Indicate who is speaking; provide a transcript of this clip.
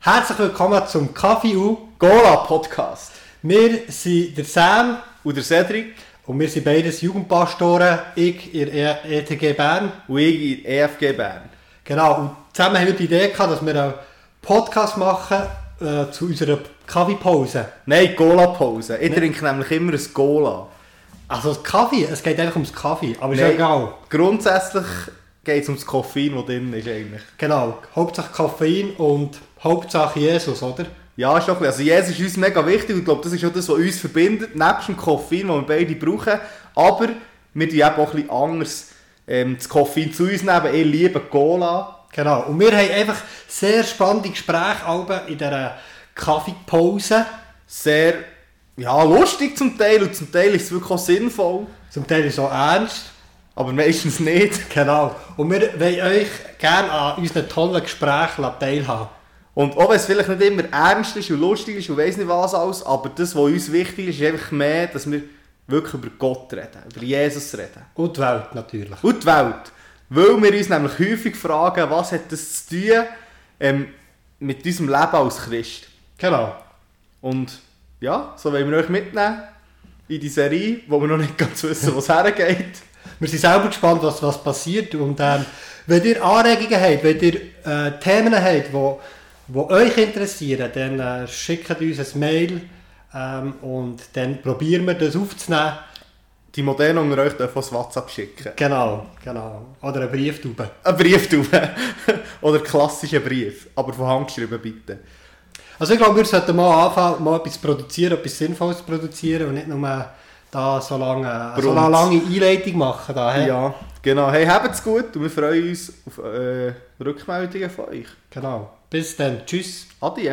Speaker 1: Herzlich willkommen zum Kaffee U.
Speaker 2: Gola Podcast.
Speaker 1: Wir sind der Sam
Speaker 2: Und der Cedric
Speaker 1: und wir sind beides Jugendpastoren. Ich in der E- ETG Bern.
Speaker 2: und ich in EFG Bern.
Speaker 1: Genau, und zusammen haben wir die Idee gehabt, dass wir einen Podcast machen äh, zu unserer Kaffeepause.
Speaker 2: Nein, Gola Pause. Ich trinke nämlich immer ein Gola.
Speaker 1: Also das Kaffee, es geht einfach ums Kaffee, aber ist ja
Speaker 2: Nein,
Speaker 1: egal.
Speaker 2: Grundsätzlich geht es um das Koffein, das drin ist eigentlich.
Speaker 1: Genau, Hauptsache Koffein und Hauptsache Jesus, oder?
Speaker 2: Ja, schon ein bisschen. Also Jesus ist uns mega wichtig und ich glaube, das ist auch das, was uns verbindet, nebst dem Koffein, das wir beide brauchen. Aber wir tun eben auch ein bisschen anders ähm, das Koffein zu uns nehmen. Ich liebe Gola.
Speaker 1: Genau, und wir haben einfach sehr spannende Gespräche alle in dieser Kaffeepause.
Speaker 2: Sehr ja, lustig zum Teil und zum Teil ist es wirklich auch sinnvoll.
Speaker 1: Zum Teil ist es auch ernst.
Speaker 2: Aber meistens nicht.
Speaker 1: Genau. Und wir wollen euch gerne an unseren tollen Gesprächen teilhaben.
Speaker 2: Und auch wenn es vielleicht nicht immer ernst ist und lustig ist und weiss nicht was alles, aber das, was uns wichtig ist, ist einfach mehr, dass wir wirklich über Gott reden, über Jesus reden.
Speaker 1: Und die Welt natürlich.
Speaker 2: Und die Welt. Weil wir uns nämlich häufig fragen, was hat das zu tun ähm, mit unserem Leben als Christ.
Speaker 1: Genau.
Speaker 2: Und ja, so wollen wir euch mitnehmen in die Serie, wo wir noch nicht ganz wissen, wo es hergeht.
Speaker 1: Wir sind selber gespannt, was, was passiert. Und ähm, wenn ihr Anregungen habt, wenn ihr äh, Themen habt, wo, wo euch interessieren, dann äh, schickt uns ein Mail ähm, und dann probieren wir das aufzunehmen.
Speaker 2: Die Modernen unter euch dürfen uns WhatsApp schicken.
Speaker 1: Genau, genau. Oder einen Brief drüber.
Speaker 2: Ein Brief tun. Oder klassischen Brief. Aber von Hand geschrieben, bitte.
Speaker 1: Also ich glaube, wir sollten mal anfangen, mal etwas produzieren, etwas Sinnvolles produzieren und nicht nur da so lange, so
Speaker 2: Brunz.
Speaker 1: eine lange Einleitung machen. Da, hä?
Speaker 2: Ja, genau. Hey, habt's gut und wir freuen uns auf äh, Rückmeldungen von euch.
Speaker 1: Genau. Bis dann. Tschüss.
Speaker 2: Adi.